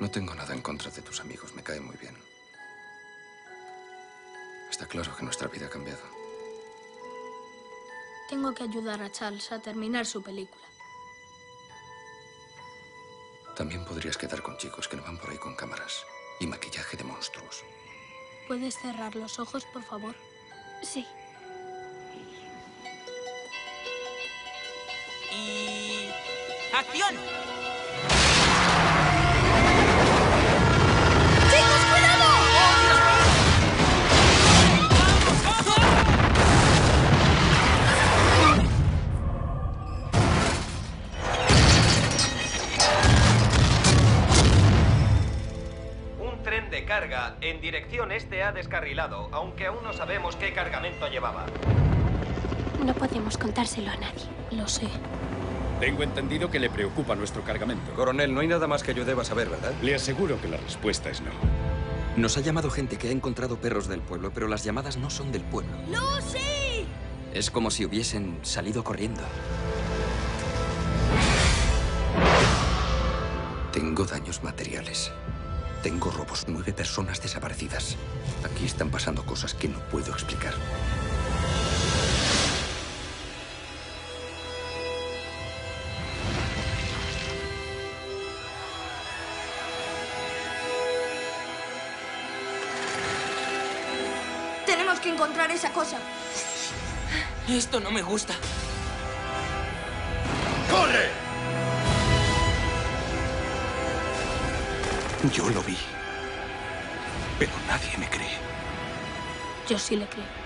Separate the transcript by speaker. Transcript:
Speaker 1: No tengo nada en contra de tus amigos, me cae muy bien. Está claro que nuestra vida ha cambiado.
Speaker 2: Tengo que ayudar a Charles a terminar su película.
Speaker 1: También podrías quedar con chicos que no van por ahí con cámaras y maquillaje de monstruos.
Speaker 2: ¿Puedes cerrar los ojos, por favor? Sí.
Speaker 3: Y... ¡Acción!
Speaker 4: ¡Chicos, cuidado!
Speaker 5: Un tren de carga en dirección este ha descarrilado, aunque aún no sabemos qué cargamento llevaba.
Speaker 2: No podemos contárselo a nadie. Lo sé.
Speaker 6: Tengo entendido que le preocupa nuestro cargamento.
Speaker 1: Coronel, no hay nada más que yo deba saber, ¿verdad?
Speaker 6: Le aseguro que la respuesta es no.
Speaker 7: Nos ha llamado gente que ha encontrado perros del pueblo, pero las llamadas no son del pueblo.
Speaker 4: ¡Lucy!
Speaker 7: Es como si hubiesen salido corriendo.
Speaker 1: Tengo daños materiales. Tengo robos, nueve personas desaparecidas. Aquí están pasando cosas que no puedo explicar.
Speaker 4: Tenemos que encontrar esa cosa.
Speaker 3: Esto no me gusta.
Speaker 1: Yo lo vi. Pero nadie me cree.
Speaker 2: Yo sí le creo.